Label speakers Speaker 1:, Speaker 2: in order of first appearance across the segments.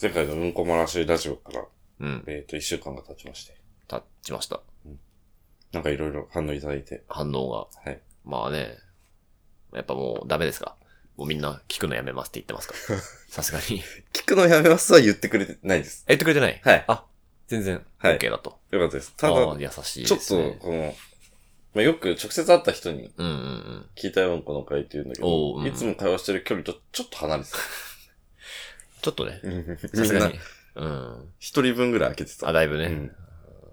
Speaker 1: 前回のうんこまらしラジオから、
Speaker 2: うん。
Speaker 1: えっ、と、一週間が経ちまして、
Speaker 2: 立ちました。
Speaker 1: なんかいろいろ反応いただいて、
Speaker 2: 反応が。
Speaker 1: はい。
Speaker 2: まあね。やっぱもうダメですかもうみんな聞くのやめますって言っ てますかさすがに。
Speaker 1: 聞くのやめますは言ってくれてないです。
Speaker 2: え言ってくれてない
Speaker 1: はい。
Speaker 2: あ、全然
Speaker 1: はい
Speaker 2: OK だと。
Speaker 1: よかったです。
Speaker 2: あ
Speaker 1: ただ、
Speaker 2: あー優しい
Speaker 1: ちょ
Speaker 2: で
Speaker 1: っ
Speaker 2: す、
Speaker 1: と
Speaker 2: ね。、
Speaker 1: この、まあ、よく直接会った人に
Speaker 2: と。うんうんうん。
Speaker 1: 聞いたようんこの会って言うんだけど、
Speaker 2: おううん
Speaker 1: いつも会話してる距離とちょっと離れ て
Speaker 2: ちょっとね。
Speaker 1: た。
Speaker 2: さ
Speaker 1: み
Speaker 2: す
Speaker 1: ん
Speaker 2: が
Speaker 1: な
Speaker 2: に、。うん。
Speaker 1: 一人分ぐらい開けてた。
Speaker 2: あ、だいぶね。
Speaker 1: うん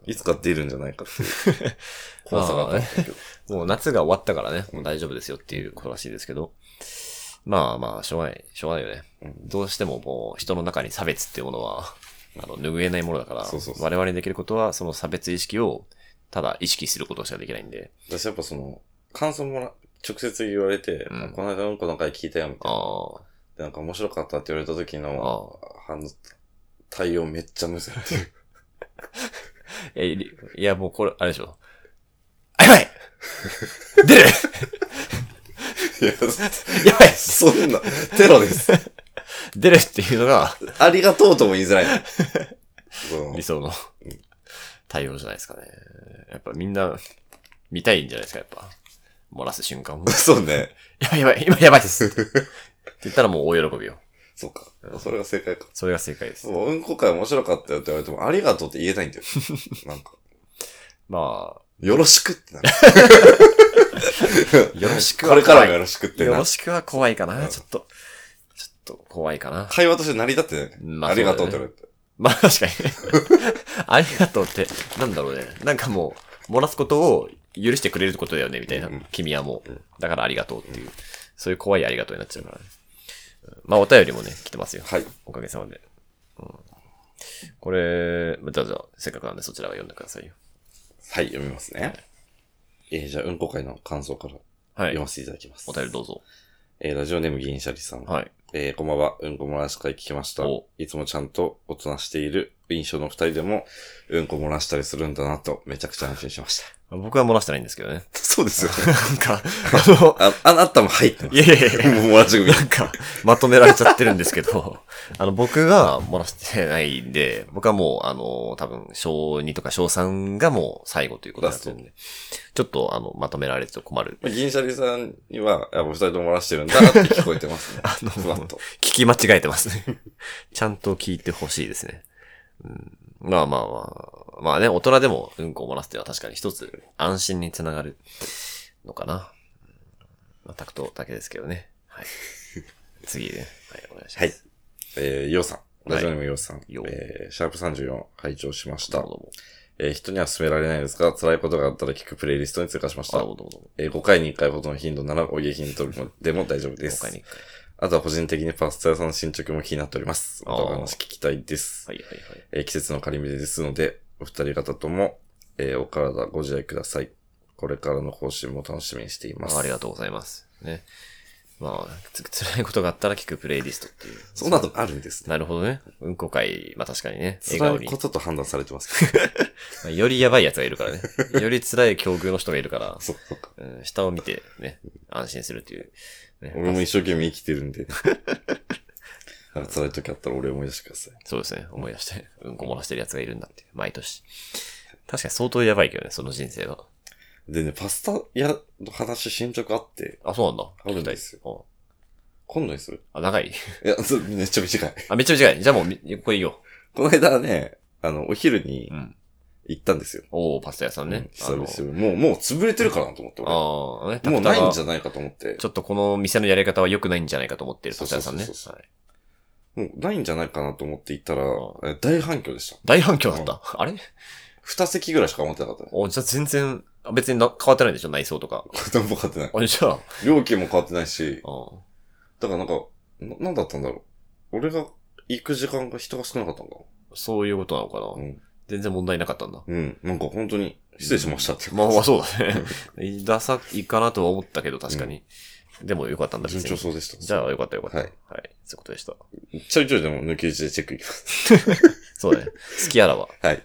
Speaker 1: いつか出るんじゃないかっていう 怖さがあったんだけど。
Speaker 2: もう夏が終わったからね、もう大丈夫ですよっていうことらしいですけど。まあまあ、しょうがない、しょうがないよね。
Speaker 1: うん
Speaker 2: どうしてももう人の中に差別っていうものは、 あの、拭えないものだから、
Speaker 1: そうそうそう
Speaker 2: 我々にできることは、その差別意識を、ただ意識することしかできないんで、
Speaker 1: 私やっぱその、感想もら、直接言われて、
Speaker 2: うん
Speaker 1: あこの間うんこの回聞いたよみたい
Speaker 2: あ
Speaker 1: な。
Speaker 2: あ、
Speaker 1: でなんか面白かったって言われた時の、
Speaker 2: ああ。
Speaker 1: 反応、対応めっちゃむずいっていう。
Speaker 2: え、いいや、もうこれ、あれでしょ。あ、やばい 出る
Speaker 1: いや、
Speaker 2: やばい
Speaker 1: そんな、テロ です。
Speaker 2: 出るっていうのが、
Speaker 1: ありがとうとも言いづらい。その
Speaker 2: 理想の
Speaker 1: うん
Speaker 2: 対応じゃないですかね。やっぱみんな、見たいんじゃないですか、やっぱ。漏らす瞬間を。
Speaker 1: そうね。
Speaker 2: やばいやばい、今やばいです。って言ったらもう大喜びよ。
Speaker 1: そうか。それが正解か。
Speaker 2: それが正解です。
Speaker 1: そう、うんこ会面白かったよって言われても、ありがとうって言えないんだよ。なんか、
Speaker 2: ま
Speaker 1: よろしくってなる。
Speaker 2: あ、 よろしく
Speaker 1: こ
Speaker 2: は
Speaker 1: れから
Speaker 2: 怖
Speaker 1: もよ
Speaker 2: い。
Speaker 1: ろしくって
Speaker 2: よ
Speaker 1: な
Speaker 2: ろ。しくは怖いか
Speaker 1: う
Speaker 2: な。
Speaker 1: ん
Speaker 2: ちょっと、ちょっと怖いかな。
Speaker 1: 会話として成り立ってない。
Speaker 2: ま
Speaker 1: ありがとうって
Speaker 2: そ
Speaker 1: 言
Speaker 2: だ
Speaker 1: わ
Speaker 2: ね
Speaker 1: れて。
Speaker 2: まあ確かに。 ありがとうって、なんだろうね。なんかもう、漏らすことを許してくれるってことだよね、みたいな
Speaker 1: うん。
Speaker 2: 君はも
Speaker 1: う。
Speaker 2: うんだからありがとうっていう。そういう怖いありがとうになっちゃうからね。うんまあお便りもね、来てますよ。
Speaker 1: はい。
Speaker 2: おかげさまで。うんこれ、じゃあじゃあ、せっかくなんでそちらは読んでくださいよ。
Speaker 1: はい、読みますね。えーじゃあ、うんこ会の感想から
Speaker 2: は
Speaker 1: 読
Speaker 2: い
Speaker 1: ま。せていただきます。
Speaker 2: お便りどうぞ。
Speaker 1: えーラジオネーム銀シャリさん。
Speaker 2: はい。
Speaker 1: えーこんばんは。うんこ漏らし会聞きました
Speaker 2: お。
Speaker 1: いつもちゃんと大人している印象の二人でも、うんこ漏らしたりするんだなと、めちゃくちゃ安心しました。
Speaker 2: 僕は漏らしてないんですけどね。
Speaker 1: そうですよね。
Speaker 2: なんか、あの、
Speaker 1: あ、あなたも入ってます。
Speaker 2: いやいやいや、
Speaker 1: もう漏らし組。
Speaker 2: なんか、まとめられちゃってるんですけど、 あの、僕が漏らしてないんで、僕はもう、あの、多分、小2とか小3がもう最後ということになってるんで、ちょっと、あの、まとめられると困る。
Speaker 1: まあ 銀シャリさんには、あお二人とも漏らしてるんだなって聞こえて ますね。
Speaker 2: あの
Speaker 1: ふわっと。
Speaker 2: 聞き間違えてますね。ちゃんと聞いてほしいですね。うん、まあまあまあ、まあね、大人でもうんこを漏らすっていうのは確かに一つ安心につながるのかな。まあ、タクトだけですけどね。はい。次ね。はい、お願いします。
Speaker 1: はい。えー、ようさん。ラジオネームようさん。
Speaker 2: よう
Speaker 1: えー、シャープ34、拝聴しまし
Speaker 2: な
Speaker 1: た
Speaker 2: る。ほども。
Speaker 1: えー、人には勧められないですが、辛いことがあったら聞くプレイリストに追加しました
Speaker 2: なる。ほども。
Speaker 1: えー、5回に1回ほどの頻度ならお下品とでも大丈夫です。
Speaker 2: 他に。
Speaker 1: あとは個人的にパスタ屋さんの進捗も気になっております。またお話聞きたいです。
Speaker 2: はいはいはい。
Speaker 1: えー季節の仮目ですので、お二人方とも、えーお体ご自愛ください。これからの更新も楽しみにしていま。
Speaker 2: ますあ、ありがとうございます。ね。まあ、つ辛いことがあったら聞くプレイリストっていう。
Speaker 1: そんなのあるんですね。
Speaker 2: なるほどね。うんこ会、まあ確かにね。笑顔
Speaker 1: 辛い
Speaker 2: に
Speaker 1: こ。とと判断されて ますけど。
Speaker 2: まあよりやばい奴がいるか らね。より辛い境遇の人がいるから、
Speaker 1: そうそうか。
Speaker 2: うん、下を見てね、安心するっていう、ね
Speaker 1: 俺も一生懸命生きてるん で。なんか辛い時あったら俺思い出してください。
Speaker 2: そうですね、思い出して。うんこ漏らしてる奴がいるんだっていう、毎年。確かに相当やばいけどね、その人生は。
Speaker 1: でね、パスタ屋の話進捗あって、
Speaker 2: あ、そうなんだ。
Speaker 1: あるんです
Speaker 2: よ。
Speaker 1: 今度にする
Speaker 2: あ、長い
Speaker 1: いや、そうめっちゃ短い。
Speaker 2: あ、めっちゃ短い。じゃあもうみ、これいいよ。
Speaker 1: この間ね、あの、お昼に
Speaker 2: ん。
Speaker 1: 行ったんですよ。
Speaker 2: おー、パスタ屋さんね。
Speaker 1: うん久々にもう、もう潰れてるかなと思って、
Speaker 2: あ
Speaker 1: 俺
Speaker 2: のあー、ね、
Speaker 1: もうないんじ
Speaker 2: ゃ
Speaker 1: ゃないかと思って
Speaker 2: ち。ょっとこの店のやり方は良くないんじゃないかと思ってるパスタ屋さんね
Speaker 1: そう。そうそうそう
Speaker 2: はい
Speaker 1: もうないんじゃないかなと思って行ったら
Speaker 2: う、
Speaker 1: え大反響でした。
Speaker 2: 大反響だった。あれ
Speaker 1: 二席ぐらいしか余ってなかったね。
Speaker 2: お、じゃあ全然、あ別にな変わってないでしょ内装とか。
Speaker 1: 何も買ってない。
Speaker 2: あ、じゃあ、
Speaker 1: 料金も変わってないし、
Speaker 2: うん
Speaker 1: だからなんか、な、なんだったんだろう。俺が行く時間が人が少なかったんか
Speaker 2: そういうことなのかな、
Speaker 1: な。うん。
Speaker 2: 全然問題なかったんだ。
Speaker 1: うん。なんか本当に、失礼しましたって。
Speaker 2: まあまあそうだね。 ダサいかなとは思ったけど、確かに。でもよかったんだ、
Speaker 1: 順
Speaker 2: 別に
Speaker 1: 調そうでした。
Speaker 2: じゃあよかったよかった。
Speaker 1: は
Speaker 2: はいい。そういうことでした。
Speaker 1: ちょいちょいでも抜き打ちでチェックいきます。
Speaker 2: そうだね。好きあらば。
Speaker 1: はい。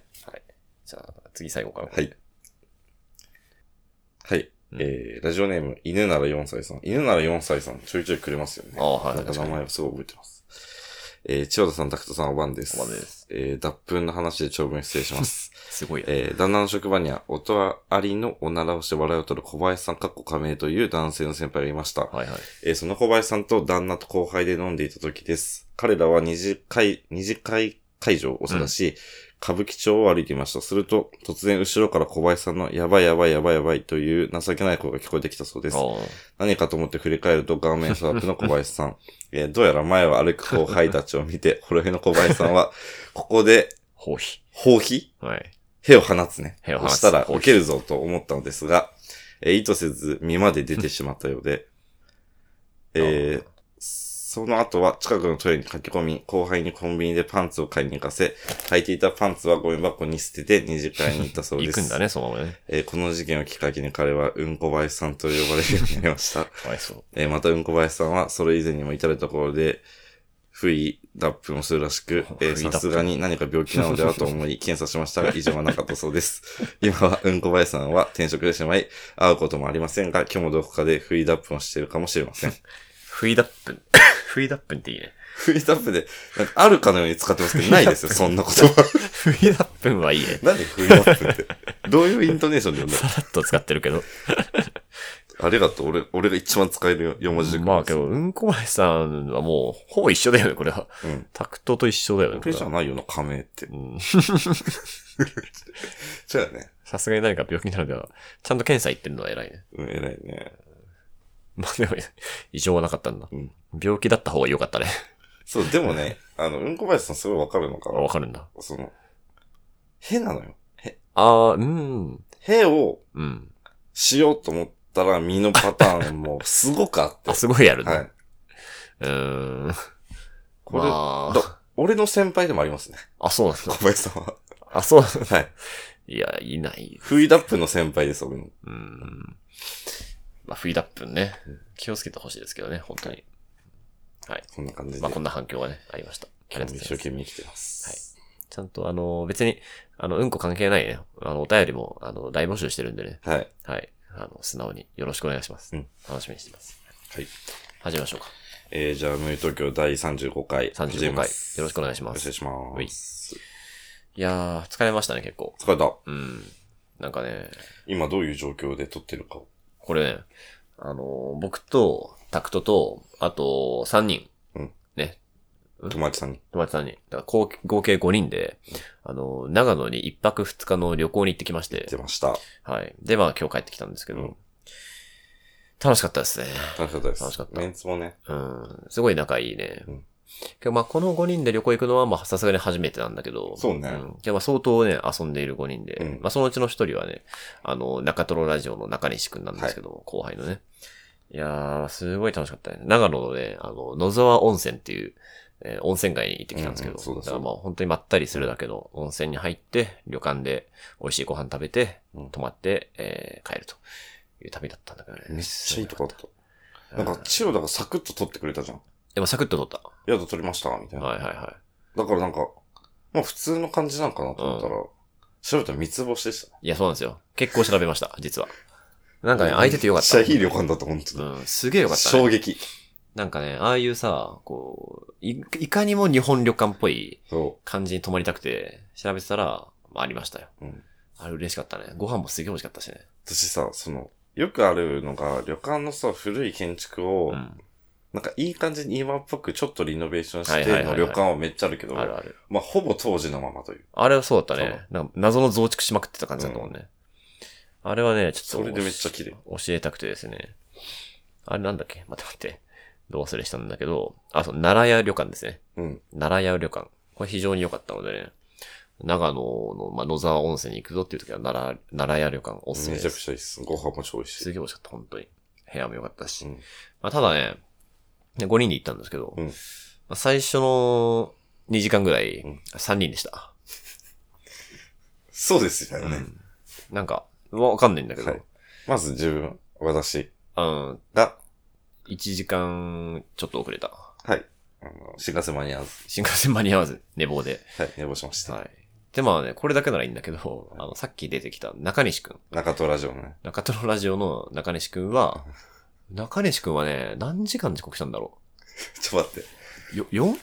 Speaker 2: じゃあ、次最後かな。
Speaker 1: はい。はい。
Speaker 2: うん
Speaker 1: えー、ラジオネーム、犬なら4歳さん。犬なら4歳さん、ちょいちょいくれますよね。
Speaker 2: ああ、はい。
Speaker 1: なんか
Speaker 2: 確か
Speaker 1: 名
Speaker 2: に
Speaker 1: 前をすごい覚えてます。えー、千代田さん、タクトさん、おばんです。
Speaker 2: おばんです。
Speaker 1: えー、脱粉の話で長文失礼します。
Speaker 2: すごいね。
Speaker 1: えー、旦那の職場には、音ありのおならをして笑いを取る小林さん、かっこ仮名という男性の先輩がいました。
Speaker 2: はいはい。
Speaker 1: えーその小林さんと旦那と後輩で飲んでいた時です。彼らは二次会、二次会会場を探し、歌舞伎町を歩いていました。すると、突然後ろから小林さんのやばいやばいやばいやばいという情けない声が聞こえてきたそうです。
Speaker 2: おー
Speaker 1: 何かと思って振り返ると顔面スワップの小林さん。 えーどうやら前を歩く後輩たちを見て、ほろへの小林さんは、 ここで、
Speaker 2: ほうひ。
Speaker 1: 放棄
Speaker 2: はい。
Speaker 1: 屁を放つね。
Speaker 2: 屁を放つ
Speaker 1: そしたら、受けるぞと思ったのですが、えー意図せず、身まで出てしまったよう で、えーその後は近くのトイレに駆け込み、後輩にコンビニでパンツを買いに行かせ、履いていたパンツはゴミ箱に捨てて二次会に行ったそうで
Speaker 2: 行
Speaker 1: す。
Speaker 2: くんだね、そのままね。
Speaker 1: えーこの事件をきっかけに彼はうんこ林さんと呼ばれるようになりました。
Speaker 2: かわいそう。
Speaker 1: えーまたうんこ林さんはそれ以前にも至るところで、不意脱粉をするらしく、えー
Speaker 2: 不意
Speaker 1: さ
Speaker 2: 脱粉
Speaker 1: すがに何か病気なのではと 思い検査しましたが異常はなかったそうです。 今はうんこ林さんは転職でしまい、会うこともありませんが、今日もどこかで不意脱粉をしているかもしれま せん。
Speaker 2: フイダップン。 フイダップンっていいね。
Speaker 1: 不意脱粉で、なんかあるかのように使ってますけど、ないです よ、そんな言 葉。
Speaker 2: フイダップンはいいね。
Speaker 1: なんで不意脱粉って。どういうイントネーションで読んだ
Speaker 2: さらっと使ってるけど。
Speaker 1: のありがとう、俺、俺が一番使える4文字熟語
Speaker 2: まあけど、うんこ林さんはもう、ほぼ一緒だよね、これは。
Speaker 1: うん。
Speaker 2: タクトと一緒だよね、
Speaker 1: こ
Speaker 2: こ
Speaker 1: れ
Speaker 2: れ
Speaker 1: じゃ
Speaker 2: は。
Speaker 1: ないよな、仮名って。
Speaker 2: うん
Speaker 1: そうだね。
Speaker 2: さすがに何か病気になるから、ちゃんと検査行ってるのは偉いね。
Speaker 1: うん、偉いね。
Speaker 2: まあでも、異常はなかったんだ。
Speaker 1: うん
Speaker 2: 病気だった方が良かったね。
Speaker 1: そう、でも ね、あの、うんこ林さんすごいわかるの
Speaker 2: あ
Speaker 1: か
Speaker 2: わ
Speaker 1: な。
Speaker 2: かるんだ。
Speaker 1: その、へなのよ。
Speaker 2: ああ、うん。
Speaker 1: へを
Speaker 2: うん。
Speaker 1: しようと思ったら、身のパターンもすごくあって
Speaker 2: あ、。すごいやるね。
Speaker 1: はい。
Speaker 2: うーん。
Speaker 1: これ、
Speaker 2: ま
Speaker 1: ど俺の先輩でもありますね。
Speaker 2: あ、あ、そうなん
Speaker 1: 小
Speaker 2: だ。
Speaker 1: 林さんは。
Speaker 2: あ、そう。
Speaker 1: はい。
Speaker 2: いや、いない。
Speaker 1: フイダップの先輩です、俺の。
Speaker 2: うーん。まあ、フリーダップンね。気をつけてほしいですけどね、本当に。はい。
Speaker 1: こんな感じで。
Speaker 2: まあ、こんな反響がね、ありました。あり
Speaker 1: 今
Speaker 2: が
Speaker 1: 日
Speaker 2: とう
Speaker 1: も
Speaker 2: ご
Speaker 1: 一生懸命生き
Speaker 2: ざいます。
Speaker 1: てます。
Speaker 2: ちゃんと、あの、別に、あの、うんこ関係ないね。あの、お便りも、あの、大募集してるんでね。
Speaker 1: はい。はい。
Speaker 2: はい。あの、素直によろしくお願いします。
Speaker 1: うん
Speaker 2: 楽しみにしてます。
Speaker 1: はい。
Speaker 2: 始めましょうか。
Speaker 1: えー、じゃあ、無理東京第35回。始め
Speaker 2: 35
Speaker 1: ま
Speaker 2: 回。
Speaker 1: す
Speaker 2: よろしくお願いし
Speaker 1: よ
Speaker 2: ま
Speaker 1: ろしくお
Speaker 2: す。
Speaker 1: 願いします。
Speaker 2: いやー、疲れましたね、結構。
Speaker 1: 疲れた。
Speaker 2: うん。なんかね、
Speaker 1: 今どういう状況で撮ってるか。
Speaker 2: これね、あの、僕と、タクトと、あと、3人。
Speaker 1: うん
Speaker 2: ね。
Speaker 1: 友達さんに。
Speaker 2: 友達3人。だから合合計5人で、あの、長野に1泊2日の旅行に行ってきまして
Speaker 1: 出。ました。
Speaker 2: はい。で、まあ今日帰ってきたんですけど、
Speaker 1: うん
Speaker 2: 楽しかったですね。
Speaker 1: 楽しかったです。
Speaker 2: 楽しかった
Speaker 1: メンツもね。
Speaker 2: うん。すごい仲いいね。
Speaker 1: うん
Speaker 2: けどまあこの5人で旅行行くのはまあさすがに初めてなんだけど。
Speaker 1: そうね
Speaker 2: んけどまあ相当ね、遊んでいる5人で。
Speaker 1: うん
Speaker 2: まあそのうちの1人はね、あの、中トロラジオの中西くんなんですけど、後輩のね。いやー、すごい楽しかったね。長野のね、あの、野沢温泉っていう、えー温泉街に行ってきたんですけ
Speaker 1: う
Speaker 2: ど、
Speaker 1: んうんそうだ
Speaker 2: からまあ本当にまったりするだけの、温泉に入って、旅館で美味しいご飯食べて、
Speaker 1: うん
Speaker 2: 泊まって、えー帰るという旅だったんだけどね。
Speaker 1: めっちゃいいとこだった。
Speaker 2: う
Speaker 1: なんか、千代田がサクッと撮ってくれたじゃん。
Speaker 2: でもサクッと撮った。
Speaker 1: 宿取りましたみたいな。
Speaker 2: はいはいは
Speaker 1: だからなんか、まあ普通の感じなんかなと思ったら、調べたら三つ星でしたね。
Speaker 2: い。いや、そうなんですよ。結構調べました、実は。なんかね、
Speaker 1: うん
Speaker 2: 空いててよかった。
Speaker 1: めっちゃいい旅館だった、本当に。
Speaker 2: うん、すげえよかった、
Speaker 1: 衝
Speaker 2: ね。
Speaker 1: 撃。
Speaker 2: なんかね、ああいうさ、こう、いいかにも日本旅館っぽい
Speaker 1: そ
Speaker 2: 感じに泊まりたくて、調べてたら、まあ、ありましたよ。
Speaker 1: う。うん。
Speaker 2: あれ嬉しかったね。ご飯もすげえ美味しかったしね。
Speaker 1: 私さ、その、よくあるのが、旅館のさ、古い建築を、
Speaker 2: うん。
Speaker 1: なんかいい感じに今っぽくちょっとリノベーションし
Speaker 2: はいはいは
Speaker 1: て
Speaker 2: いは
Speaker 1: の
Speaker 2: い
Speaker 1: 旅館はめっちゃあるけど、
Speaker 2: あるある。
Speaker 1: まあほぼ当時のままという。
Speaker 2: あれはそうだったね。なんか謎の増築しまくってた感じだったもんね。あれはね、ちょっと。
Speaker 1: それでめっちゃ綺麗
Speaker 2: 教えたくてですね。あれなんだっけ待って待って。どう忘れしたんだけど、あ、そう、奈良屋旅館ですね。
Speaker 1: うん。
Speaker 2: 奈良屋旅館。これ非常に良かったのでね。長野の、まあ、野沢温泉に行くぞっていう時は奈良、奈良屋旅館おすすめ
Speaker 1: めち
Speaker 2: で
Speaker 1: ゃく
Speaker 2: す。
Speaker 1: ちゃいいっす。ご飯も超美味し
Speaker 2: す
Speaker 1: い。
Speaker 2: げえ美味しかった、本当に。部屋も良かったし。
Speaker 1: うん。
Speaker 2: まあ、ただね、ね5人で行ったんですけど、
Speaker 1: うん
Speaker 2: まあ、最初の2時間ぐらい
Speaker 1: うん、
Speaker 2: 3人でした。
Speaker 1: そうですよね。
Speaker 2: なんか、わかんないんだけど、
Speaker 1: はいまず自分、私
Speaker 2: うん、
Speaker 1: が、
Speaker 2: 1時間ちょっと遅れた。
Speaker 1: はい。あの新幹線間に合わず、
Speaker 2: 新幹線間に合わず、寝坊で。
Speaker 1: はい、寝坊しました。
Speaker 2: はい。で、まあね、これだけならいいんだけど、あの、さっき出てきた中西くん。
Speaker 1: 中戸ラジオのね。
Speaker 2: 中トロラジオの中西くんは、中西くんはね、何時間遅刻したんだろ
Speaker 1: ちょっと待って。
Speaker 2: う。よ、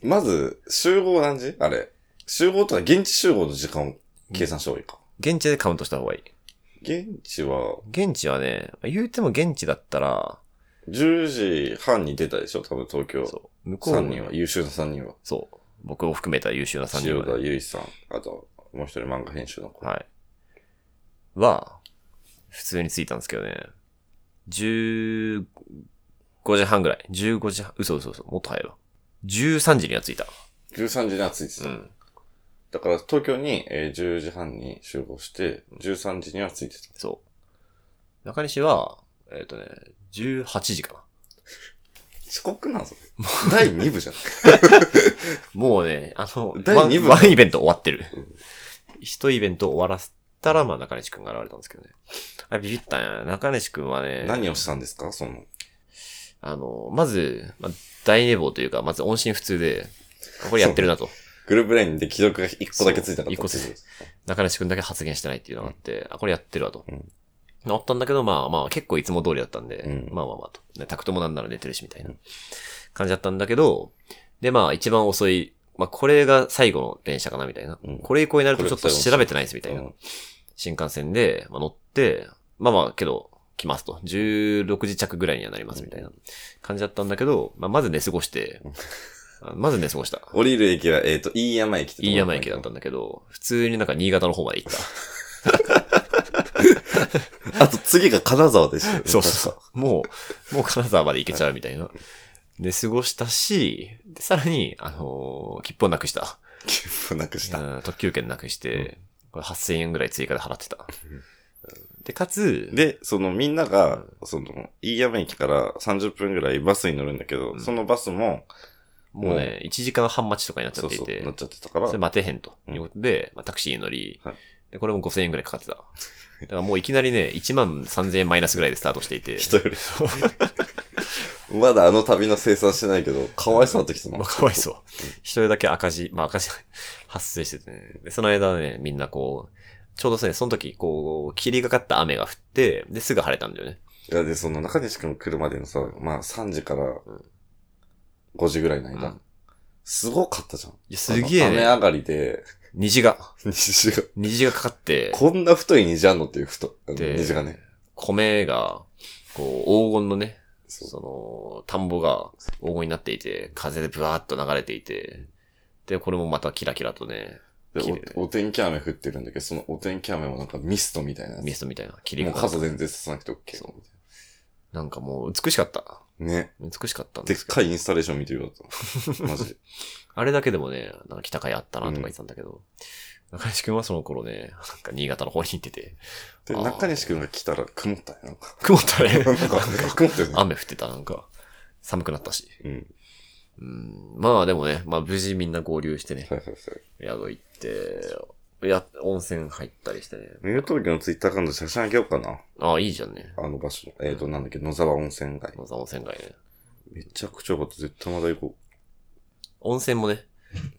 Speaker 2: 4?
Speaker 1: まず、集合何時あれ。集合とか現地集合の時間を計算した方がいいか。
Speaker 2: 現地でカウントした方がいい。
Speaker 1: 現地は、
Speaker 2: 現地はね、言うても現地だったら、
Speaker 1: 10時半に出たでしょ多分東京。
Speaker 2: そう。向こう
Speaker 1: 3人
Speaker 2: に
Speaker 1: は、優秀な3人は。
Speaker 2: そう。僕を含めた優秀な3人
Speaker 1: 塩田
Speaker 2: は、ね、
Speaker 1: ゆいさん、あと、もう一人漫画編集の子。
Speaker 2: はい。は、普通に着いたんですけどね。15時半ぐらい。15時半、嘘嘘嘘、もっと早いわ。13時には着いた。
Speaker 1: 13時には着いて
Speaker 2: う
Speaker 1: た。
Speaker 2: ん。
Speaker 1: だから東京に、えー10時半に集合して、13時には着いて た。
Speaker 2: そう。中西は、えっ、とね、18時かな。
Speaker 1: 遅刻なんそれ。第2部じゃ ん。
Speaker 2: もうね、あの、
Speaker 1: 第
Speaker 2: ワン
Speaker 1: 二部
Speaker 2: ワンイベント終わってる
Speaker 1: うん。
Speaker 2: 一、イベント終わらせたら、まあ中西くんが現れたんですけどね。あれビビったんや。中西くんはね、
Speaker 1: 何をしたんですかその、
Speaker 2: あの、まず、まあ、大寝坊というか、まず音信不通で、これやってるなと。
Speaker 1: グループラインで既読が1個だけついたかった。
Speaker 2: そう一個つい中西くんだけ発言してないっていうのがあって、あ、これやってるわと。
Speaker 1: うん
Speaker 2: 治ったんだけど、まあまあ結構いつも通りだったんで、
Speaker 1: うん
Speaker 2: まあまあまあと。ね、タクトもなんなら寝てるしみたいな感じだったんだけど、でまあ一番遅い、まあこれが最後の電車かなみたいな。
Speaker 1: うん
Speaker 2: これ以降になるとちょっと
Speaker 1: これ最後
Speaker 2: 調べてないですみたいな。
Speaker 1: うん
Speaker 2: 新幹線で、まあ、乗って、まあまあけど、来ますと。16時着ぐらいにはなりますみたいな感じだったんだけど、まあ、まず寝過ごして、あまず寝過ごした。
Speaker 1: 降りる駅は、えっ、と、飯山駅ってとこ
Speaker 2: いい山駅だったんだけど、普通になんか新潟の方まで行った。
Speaker 1: あと次が金沢でしたよね。
Speaker 2: そう そうそう。もう、もう金沢まで行けちゃうみたいな。で、過ごしたし、でさらに、あのー切符をなくした。
Speaker 1: 切符なくした。
Speaker 2: うん特急券なくして、これ8000円ぐらい追加で払ってた。で、かつ、
Speaker 1: で、そのみんなが、その、飯山駅から30分ぐらいバスに乗るんだけど、
Speaker 2: うん
Speaker 1: そのバスも、
Speaker 2: もうね、1時間半待ちとかになっちゃ
Speaker 1: そ
Speaker 2: っ
Speaker 1: う
Speaker 2: てい
Speaker 1: そう
Speaker 2: て、、
Speaker 1: 乗っちゃってたから
Speaker 2: それ、待てへんと。
Speaker 1: うん
Speaker 2: いうことで、まあ、タクシーに乗り、
Speaker 1: はい
Speaker 2: で、これも5000円くらいかかってた。だからもういきなりね、1万3000円マイナスぐらいでスタートしていて、
Speaker 1: 人より。 まだあの旅の生産してないけど、かわいそうなってきて
Speaker 2: まあ、
Speaker 1: ます。
Speaker 2: かわいそう。一人だけ赤字、まあ赤字 発生しててね。で、その間ね、みんなこう、ちょうどね、その時、こう、霧がかった雨が降って、で、すぐ晴れたんだよね。
Speaker 1: いや、で、その中西くん来るまでのさ、まあ3時から5時ぐらいの間、
Speaker 2: うん
Speaker 1: すごかったじゃん。
Speaker 2: いや、すげえ
Speaker 1: あの雨
Speaker 2: ね、
Speaker 1: 上がりで、
Speaker 2: 虹が、
Speaker 1: 虹が、
Speaker 2: 虹がかかって、
Speaker 1: こんな太い虹あんのっていう太、あの
Speaker 2: で
Speaker 1: 虹がね。
Speaker 2: 米が、こう、黄金のね、
Speaker 1: そう
Speaker 2: その、田んぼが黄金になっていて、風でブワーッと流れていて、で、これもまたキラキラとね、
Speaker 1: で
Speaker 2: 綺麗
Speaker 1: お、お天気雨降ってるんだけど、そのお天気雨もなんかミストみたいなやつ
Speaker 2: ミストみたいな、霧
Speaker 1: も
Speaker 2: が
Speaker 1: う
Speaker 2: かかっ
Speaker 1: 傘全然さなくて OK。
Speaker 2: そなんかもう美しかった。
Speaker 1: ね。
Speaker 2: 美しかったん
Speaker 1: で
Speaker 2: で
Speaker 1: っ
Speaker 2: すけど。
Speaker 1: かいインスタレーション見てるよだ った。マジで。
Speaker 2: あれだけでもね、なんか北海あったなとか言ってたんだけど、中西くんはその頃ね、なんか新潟の方に行ってて、
Speaker 1: で、
Speaker 2: あー
Speaker 1: 中西くんが来たら曇ったね、なんか。
Speaker 2: 曇っ たね。
Speaker 1: なんか、曇ったよね。
Speaker 2: 雨降ってた、なんか、寒くなったし。
Speaker 1: うん。
Speaker 2: うん、まあでもね、まあ無事みんな合流してね、
Speaker 1: はいはいはい。
Speaker 2: 宿行って、や、温泉入ったりしてね。
Speaker 1: ミュートーキのツイッターアカウント写真あげようかな。
Speaker 2: ああ、いいじゃんね。
Speaker 1: あの場所の。えっ、ー、と、なんだっけ、野沢温泉街。
Speaker 2: 野沢温泉街ね。
Speaker 1: めちゃくちゃよかった。絶対まだ行こ
Speaker 2: 温泉もね、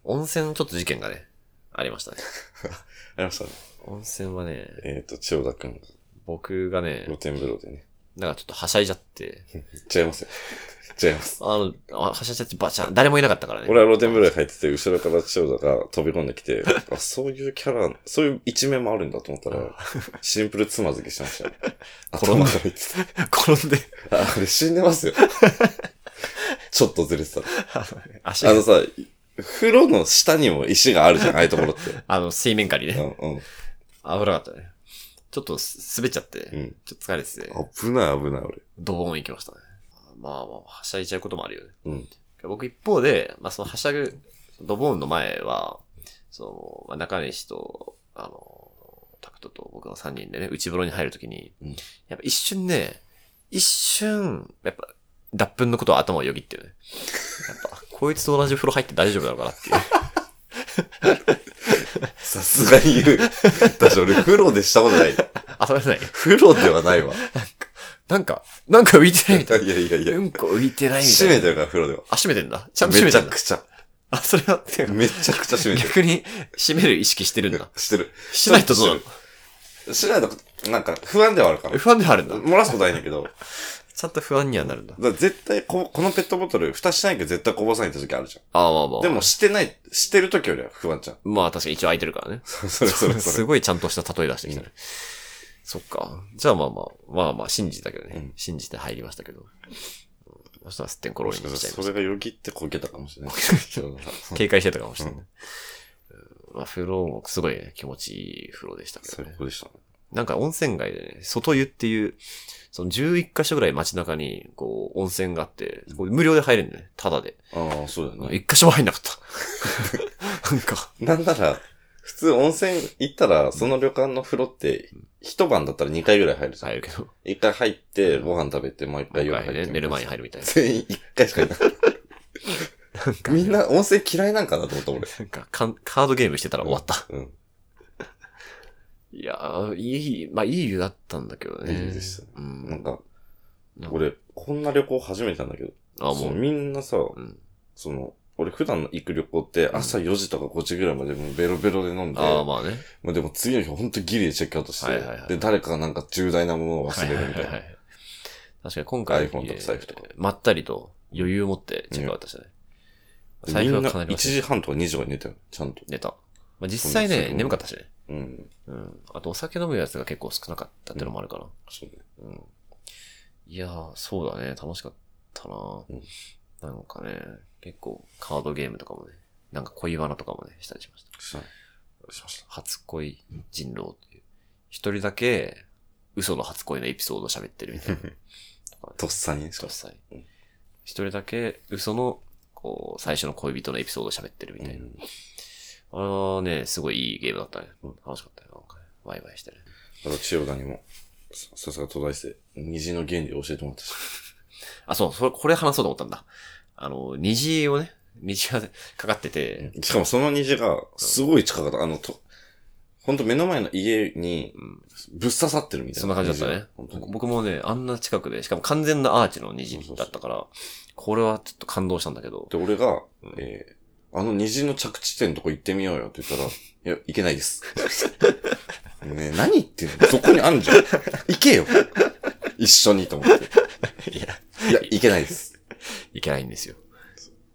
Speaker 2: 温泉ちょっと事件がね、ありましたね。
Speaker 1: う。ありましたね。
Speaker 2: 温泉はね、
Speaker 1: えっ、ー、と、千代田くんが
Speaker 2: 僕がね、
Speaker 1: 露天風呂でね。
Speaker 2: なんかちょっとはしゃいじゃって、
Speaker 1: 違いますよ。違います。
Speaker 2: あの、あはしゃいじゃってばちゃん、誰もいなかったからね。
Speaker 1: 俺は露天風呂に入ってて、後ろから千代田が飛び込んでき て、あ、そういうキャラ、そういう一面もあるんだと思ったら、 シンプルつまずきしましたよ。
Speaker 2: 転ん
Speaker 1: 頭
Speaker 2: だ
Speaker 1: から言ってた。
Speaker 2: 転んで、
Speaker 1: ああれ死んで ますよ。ちょっとずれてたら。
Speaker 2: 足
Speaker 1: あ
Speaker 2: が
Speaker 1: の、さ、風呂の下にも石があるじゃん、ああいうところって。
Speaker 2: あの、水面下に
Speaker 1: う
Speaker 2: ね、
Speaker 1: んうん。
Speaker 2: 危なかったね。ちょっとす滑っちゃって、
Speaker 1: うん
Speaker 2: ちょっと疲れてて、
Speaker 1: 危ない危ない、俺。
Speaker 2: ドボーン行きましたね。まあまあ、はしゃいちゃうこともあるよね。
Speaker 1: うん。
Speaker 2: 僕一方で、まあ、そのはしゃぐ、ドボーンの前は、その、まあ、中西と、あの、タクトと僕の3人でね、内風呂に入るときに、
Speaker 1: うん
Speaker 2: やっぱ一瞬ね、一瞬、やっぱ、脱粉のことは頭をよぎってるね。やっぱ、こいつと同じ風呂入って大丈夫なのかなっていう。
Speaker 1: さすがに 言う。私俺風呂でしたことない。
Speaker 2: あ、それはない。
Speaker 1: 風呂ではない わ。
Speaker 2: なんか、なんか浮いてないみ
Speaker 1: い
Speaker 2: た
Speaker 1: や
Speaker 2: い
Speaker 1: いやいやい
Speaker 2: な。
Speaker 1: や
Speaker 2: う。んこ浮いてないみた
Speaker 1: 閉
Speaker 2: いな。
Speaker 1: めてるから、風呂では。
Speaker 2: あ、閉めてんだ。ちゃんと閉
Speaker 1: め
Speaker 2: め
Speaker 1: ち
Speaker 2: て
Speaker 1: ゃ
Speaker 2: んだ
Speaker 1: く。ちゃ。
Speaker 2: あ、それは、てか
Speaker 1: めちゃくちゃ閉めてる。
Speaker 2: 逆に、閉める意識してるんだ。
Speaker 1: してる。
Speaker 2: しないとどうな
Speaker 1: してるしないと、なんか不安ではあるから
Speaker 2: の。不安ではあるんだ。
Speaker 1: 漏らすことはないんだけど、
Speaker 2: ちゃんと不安にはなるんだ。
Speaker 1: から絶対こ、このペットボトル、蓋しないけど絶対こぼさないって時あるじゃ
Speaker 2: ああ、まあまあ。
Speaker 1: ん。でも、、してない、してる時よりは不安 じゃん。
Speaker 2: まあ確かに一応空いてるからね。
Speaker 1: そそれそれそ
Speaker 2: す
Speaker 1: れ。
Speaker 2: ごいちゃんとした例え出してきたね。そっか。じゃあまあまあ、まあまあ信じたけどね。
Speaker 1: うん
Speaker 2: 信じて入りましたけど。うんそしたらすってんころ
Speaker 1: も
Speaker 2: り
Speaker 1: し
Speaker 2: に
Speaker 1: か
Speaker 2: しちゃい
Speaker 1: した
Speaker 2: ま
Speaker 1: ら
Speaker 2: し
Speaker 1: それがよぎってこけたかもしれない。
Speaker 2: た。警戒してたかもしれない。うんまあ、風呂もすごいね、気持ちいい風呂でしたけど
Speaker 1: 最
Speaker 2: ね。
Speaker 1: 高でしたね。
Speaker 2: なんか温泉街でね、外湯っていう、その11カ所ぐらい街中に、こう、温泉があって、こう無料で入れるのね、タダで。
Speaker 1: ああ、そうだよね。
Speaker 2: 一箇所も入んなかった。 なんか、
Speaker 1: なんなら、普通温泉行ったら、その旅館の風呂って、一晩だったら2回ぐらい入るじゃん。
Speaker 2: 入るけど、
Speaker 1: 一回入って、ご飯食べて、もう一回
Speaker 2: 今
Speaker 1: 夜入
Speaker 2: 回
Speaker 1: っ
Speaker 2: ね、
Speaker 1: て。
Speaker 2: 寝る前に入るみたいな。
Speaker 1: 全員一回しかいない。みんな温泉嫌いなんかなと思った俺。
Speaker 2: なんかカン、カードゲームしてたら終わった。
Speaker 1: うん。
Speaker 2: いやー、いい、まあ、いい湯だったんだけどね。
Speaker 1: いい湯でしたね
Speaker 2: うん。
Speaker 1: なんか、
Speaker 2: なんか、
Speaker 1: 俺、こんな旅行初めてなんだけど、
Speaker 2: あ、
Speaker 1: そ
Speaker 2: も
Speaker 1: の
Speaker 2: う、
Speaker 1: みんなさ、
Speaker 2: うん。
Speaker 1: その、俺普段行く旅行って朝4時とか5時ぐらいまでもうベロベロで飲んで、
Speaker 2: ああ、まあね。
Speaker 1: まあでも次の日ほんとギリでチェックアウトして、
Speaker 2: はいはいはい
Speaker 1: で、誰かがなんか重大なものを
Speaker 2: は
Speaker 1: 忘
Speaker 2: い
Speaker 1: れ
Speaker 2: はい
Speaker 1: るみ
Speaker 2: は
Speaker 1: たいな。
Speaker 2: いはい。確かに今回、
Speaker 1: iPhone とか財布とか
Speaker 2: えーまったりと余裕を持ってチェックアウトしたね。
Speaker 1: で
Speaker 2: 財布
Speaker 1: み
Speaker 2: は
Speaker 1: んな
Speaker 2: かなり
Speaker 1: 1
Speaker 2: 忘れ
Speaker 1: 時
Speaker 2: た
Speaker 1: 半とか2時まで寝たよ、ちゃんと。
Speaker 2: 寝た。まあ、実際
Speaker 1: そうです
Speaker 2: ね、
Speaker 1: よ
Speaker 2: 眠かったしね。
Speaker 1: うん。
Speaker 2: うん。あと、お酒飲むやつが結構少なかったってのもあるから。
Speaker 1: そうね。
Speaker 2: うん。いやー、そうだね。楽しかったな、
Speaker 1: うん
Speaker 2: なんかね、結構カードゲームとかもね、なんか恋バナとかもね、したりしました。
Speaker 1: したねしました。
Speaker 2: 初恋人狼っていう。一人だけ、嘘の初恋のエピソードを喋ってるみたいな。とかね
Speaker 1: とっさにね、しか
Speaker 2: 実
Speaker 1: も
Speaker 2: 際
Speaker 1: うん
Speaker 2: 一人だけ、嘘の、こう、最初の恋人のエピソードを喋ってるみたいな。
Speaker 1: うん
Speaker 2: あのね、すごいいいゲームだったね
Speaker 1: うん。
Speaker 2: 楽しかったよ、なんかね。ワイワイしてね。
Speaker 1: あと、千代田にも、ささすが東大生、虹の原理を教えてもらったし。
Speaker 2: あ、そう、それ、これ話そうと思ったんだ。あの、虹をね、虹がかかってて、
Speaker 1: しかもその虹が、すごい近かった。あの、と、ほんと目の前の家に、ぶっ刺さってるみたいな。
Speaker 2: そんな感じだったね
Speaker 1: 本当に。
Speaker 2: 僕もね、あんな近くで、しかも完全なアーチの虹だったから、これはちょっと感動したんだけど、
Speaker 1: で、俺が、えーあの虹の着地点のとこ行ってみようよって言った ら、いや、行けないです。ねえ何言ってんのそこにあんじゃ ん。行けよ一緒にと思って。
Speaker 2: いや、
Speaker 1: いや、行けないです。
Speaker 2: いけないんですよ。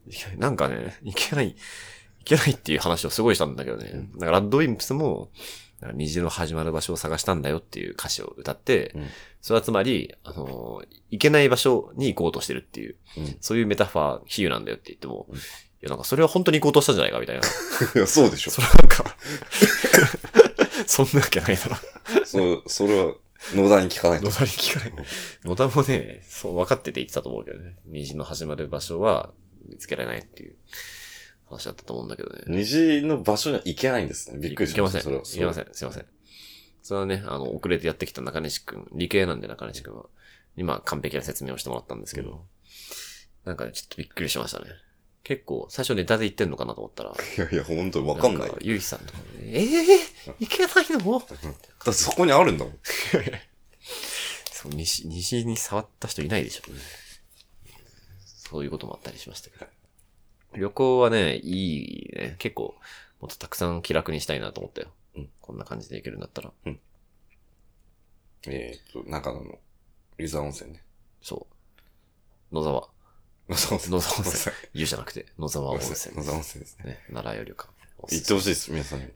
Speaker 2: いけないなんかね、いけない、いけないっていう話をすごいしたんだけどね。だからラッドウィンプスも、なんか虹の始まる場所を探したんだよっていう歌詞を歌って、
Speaker 1: うん
Speaker 2: それはつまり、あのー、いけない場所に行こうとしてるっていう、
Speaker 1: うん
Speaker 2: そういうメタファー、比喩なんだよって言っても、
Speaker 1: うん
Speaker 2: いや、なんかそれは本当に行こうとしたんじゃないかみたいな。
Speaker 1: そうでしょ。
Speaker 2: それは なんか、そんなわけないだろ。
Speaker 1: そう、それは、 野田に聞かないと
Speaker 2: 野。田に聞かない。 野田もね、そう分かってて言ってたと思うけどね。虹の始まる場所は見つけられないっていう話だったと思うんだけどね。
Speaker 1: 虹の場所には行けないんですね。びっくり
Speaker 2: い
Speaker 1: し
Speaker 2: け
Speaker 1: ま
Speaker 2: ま
Speaker 1: し
Speaker 2: せ
Speaker 1: た。
Speaker 2: ん。いけま
Speaker 1: そ
Speaker 2: せん。すいません。それはね、あの、遅れてやってきた中西くん、理系なんで中西くんは、今完璧な説明をしてもらったんですけど、なんかね、ちょっとびっくりしましたね。結構、最初ネタで言ってんのかなと思ったら、
Speaker 1: いやいや、ほんとにわかんないよ。
Speaker 2: ゆいさんとかね、ええいけないの
Speaker 1: だってそこにあるんだもん。
Speaker 2: そう、西、西に触った人いないでしょ。そういうこともあったりしましたけど。旅行はね、いいね。結構、もっとたくさん気楽にしたいなと思ったよ。
Speaker 1: うん
Speaker 2: こんな感じで行けるんだったら。
Speaker 1: えーっと、中野の、湯沢温泉ね。
Speaker 2: そう。野沢。
Speaker 1: 野沢温泉。
Speaker 2: 野沢温泉。湯じゃなくて、野沢
Speaker 1: ご
Speaker 2: 温
Speaker 1: めんなさい
Speaker 2: 泉
Speaker 1: 野。沢温泉ですね。
Speaker 2: ね、奈良よりか。
Speaker 1: 行ってほしいです、皆さんに。
Speaker 2: はい。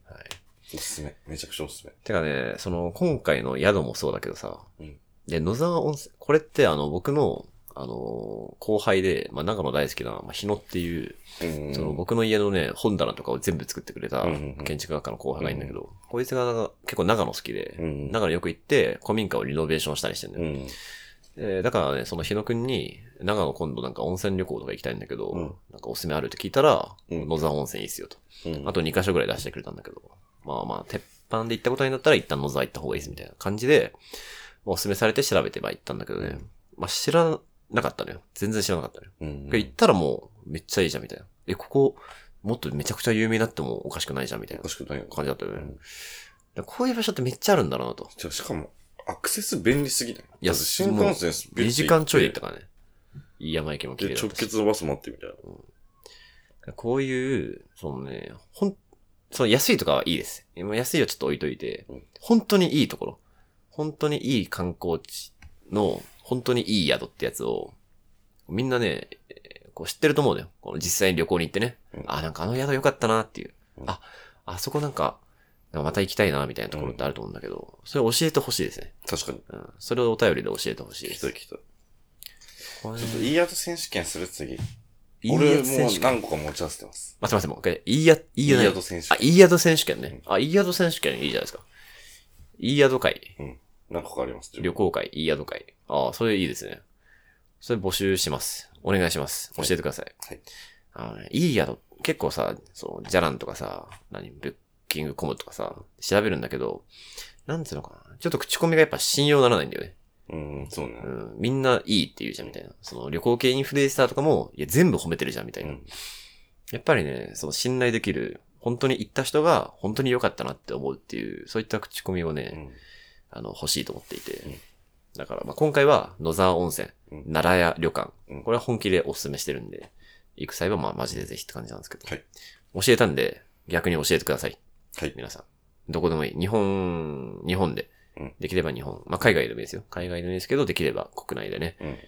Speaker 1: おすすめ。めちゃくちゃおすすめ。
Speaker 2: てかね、その、今回の宿もそうだけどさ、
Speaker 1: うん
Speaker 2: で、野沢温泉、これってあの、僕の、あの、後輩で、まあ、長野大好きな、まあ、日野っていう、
Speaker 1: うん
Speaker 2: その僕の家のね、本棚とかを全部作ってくれた
Speaker 1: うんうんうん
Speaker 2: 建築学科の後輩がいるんだけど、こいつがなんか結構長野好きで、
Speaker 1: うん
Speaker 2: 長野よく行って古民家をリノベーションしたりしてるんだ
Speaker 1: う
Speaker 2: よ、
Speaker 1: ん。
Speaker 2: でだからね、その日野くんに、長野今度なんか温泉旅行とか行きたいんだけど、
Speaker 1: うん
Speaker 2: なんかおすすめあるって聞いたら、
Speaker 1: うん
Speaker 2: 野沢温泉いいっすよと。
Speaker 1: うん
Speaker 2: あと2カ所ぐらい出してくれたんだけど、まあまあ、鉄板で行ったことになったら一旦野沢行った方がいいですみたいな感じで、まあおすすめされて調べてば行ったんだけどね、
Speaker 1: うん
Speaker 2: まあ知らなかったのよ。全然知らなかったのよ。
Speaker 1: うん
Speaker 2: 行ったらもう、めっちゃいいじゃん、みたいな。え、ここ、もっとめちゃくちゃ有名になってもおかしくないじゃん、みた
Speaker 1: お
Speaker 2: いな
Speaker 1: かしくないよ。
Speaker 2: 感じだったよね。
Speaker 1: うん
Speaker 2: でこういう場所ってめっちゃあるんだろうなと。
Speaker 1: じゃあしかも、アクセス便利すぎない
Speaker 2: いや
Speaker 1: だって新幹線スピッ
Speaker 2: 2
Speaker 1: て
Speaker 2: 時間ちょいで行っ
Speaker 1: 行
Speaker 2: たからね。飯山駅も
Speaker 1: って
Speaker 2: 綺麗
Speaker 1: で、
Speaker 2: だっ
Speaker 1: 直
Speaker 2: たし。
Speaker 1: 結のバスもあってみたいな。
Speaker 2: こういう、そのね、ほん、その安いとかはいいです。もう安いはちょっと置いといて
Speaker 1: うん、
Speaker 2: 本当にいいところ。本当にいい観光地の、本当にいい宿ってやつを、みんなね、えーこう知ってると思うのよ。この実際に旅行に行ってね。
Speaker 1: うん
Speaker 2: あ、なんかあの宿良かったなっていう。
Speaker 1: うん
Speaker 2: あ、あそこなんか、なんかまた行きたいなみたいなところってあると思うんだけど、それ教えてほしいですね。
Speaker 1: 確かに。
Speaker 2: うん。それをお便りで教えてほし
Speaker 1: 聞
Speaker 2: いで
Speaker 1: きた
Speaker 2: す。
Speaker 1: い聞きたい。
Speaker 2: これ
Speaker 1: ちょっと、いい宿選手権する次。
Speaker 2: いい
Speaker 1: 俺
Speaker 2: 宿
Speaker 1: も
Speaker 2: 選
Speaker 1: う
Speaker 2: 手権。
Speaker 1: 何個か持ち合わせてます。
Speaker 2: 待って待って、もう一回。いいや、い
Speaker 1: い
Speaker 2: いやない
Speaker 1: 宿選手
Speaker 2: あ、
Speaker 1: 権。
Speaker 2: いい宿選手権ね。あ、いい宿選手権いいじゃないですか。いい宿会。
Speaker 1: 何個かあります。
Speaker 2: 旅行会、いい宿会。ああ、それいいですね。それ募集します。お願いします。教
Speaker 1: はい
Speaker 2: えてください。
Speaker 1: はい。
Speaker 2: あのいい宿、結構さ、そう、じゃらんとかさ、何、ブッキングコムとかさ、調べるんだけど、なんていうのかな。ちょっと口コミがやっぱ信用ならないんだよね。
Speaker 1: うん、そうね
Speaker 2: う。ん。みんないいって言うじゃん、みたいな。その旅行系インフルエンサーとかも、いや、全部褒めてるじゃん、みた
Speaker 1: う
Speaker 2: いな。
Speaker 1: ん。
Speaker 2: やっぱりね、その信頼できる、本当に行った人が本当に良かったなって思うっていう、そういった口コミをね、
Speaker 1: うん
Speaker 2: あの、欲しいと思っていて。
Speaker 1: うん
Speaker 2: だから、まあ、今回は野沢温泉、
Speaker 1: うん
Speaker 2: 奈良屋旅館、
Speaker 1: うん
Speaker 2: これは本気でお勧めしてるんで、行く際はまあマジでぜひって感じなんですけど。
Speaker 1: はい
Speaker 2: 教えたんで、逆に教えてください。
Speaker 1: はい。
Speaker 2: 皆さん。どこでもいい。日本、日本で。
Speaker 1: うん
Speaker 2: できれば日本。まあ、海外でもいいですよ。海外でもいいですけど、できれば国内でね、
Speaker 1: うん。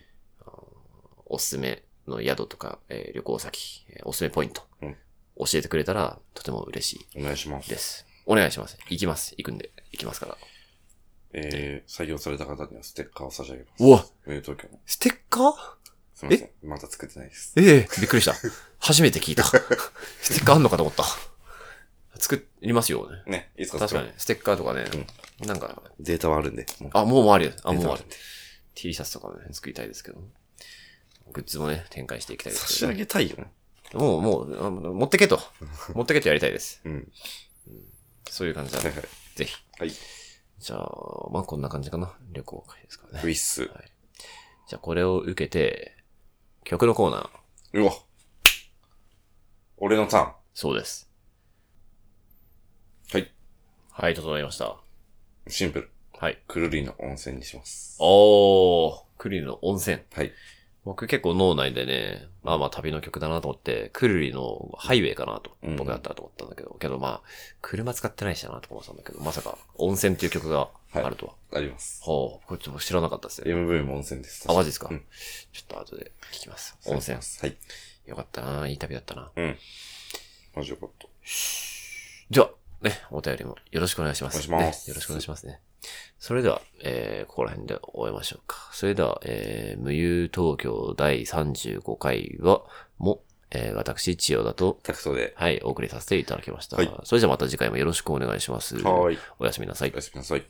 Speaker 2: おすすめの宿とか、えー旅行先、えーおすすめポイント、
Speaker 1: うん
Speaker 2: 教えてくれたらとても嬉し
Speaker 1: お願いしま
Speaker 2: い
Speaker 1: す。
Speaker 2: です。お願いします。行きます。行くんで。行きますから。
Speaker 1: えー、採用された方にはステッカーを差し上げます。
Speaker 2: うわ
Speaker 1: ウェブ東京の。
Speaker 2: ステッカー
Speaker 1: すみません。まだ作ってないです。
Speaker 2: ええびっくりした。初めて 聞いた。ステッカーあんのかと思った。作りますよね。
Speaker 1: ね、いつか
Speaker 2: 確かに。ステッカーとかね。なんか、
Speaker 1: データはあるんで。もう
Speaker 2: あ、もうもうありです。あ、
Speaker 1: データ
Speaker 2: もう
Speaker 1: は
Speaker 2: あ
Speaker 1: あ
Speaker 2: る
Speaker 1: るん。で。
Speaker 2: T シャツとかもね、作りたいですけど。グッズもね、展開していきたいで
Speaker 1: 差
Speaker 2: す
Speaker 1: し
Speaker 2: けど
Speaker 1: 上げたいよね。
Speaker 2: もう、もうあ、持ってけと。持ってけとやりたいです。
Speaker 1: うん。
Speaker 2: そういう感じだ
Speaker 1: はい
Speaker 2: ね。
Speaker 1: はい。
Speaker 2: ぜひ。
Speaker 1: はい。
Speaker 2: じゃあ、まあこんな感じかな。旅行会ですから
Speaker 1: ウィ
Speaker 2: ね。
Speaker 1: ス。
Speaker 2: じゃあこれを受けて、曲のコーナー。
Speaker 1: うわ。俺のターン。
Speaker 2: そうです。
Speaker 1: はい。
Speaker 2: はい、整いました。
Speaker 1: シンプル。
Speaker 2: はい。
Speaker 1: くるりの温泉にします。
Speaker 2: おー、クリルの温泉。
Speaker 1: はい。
Speaker 2: 僕結構脳内でね、まあまあ旅の曲だなと思って、クルリのハイウェイかなと
Speaker 1: う、ん
Speaker 2: 僕だったらと思ったんだけど、けどまあ、車使ってないしなと思ってたんだけど、まさか温泉っていう曲があるとは。
Speaker 1: あります。
Speaker 2: ほう、これちょっと知らなかったですね。
Speaker 1: MV も温泉です。
Speaker 2: あ、マジですか、
Speaker 1: うん
Speaker 2: ちょっと後で聞きます。温泉。
Speaker 1: はい。
Speaker 2: よかったな、いい旅だったな。
Speaker 1: うん。マジよかった。
Speaker 2: じゃあ、ね、お便りもよろしくお願いします。
Speaker 1: お願いします
Speaker 2: ねよろしくお願いしますね。それでは、えー、ここら辺で終えましょうか。それでは、えー、無憂東京第35回は、も、えー、私、千代田と、
Speaker 1: タクトで。
Speaker 2: はい、お送りさせていただきました。
Speaker 1: はい
Speaker 2: それじゃあまた次回もよろしくお願いします。
Speaker 1: はーい。
Speaker 2: おやすみなさい
Speaker 1: おや。すみなさい。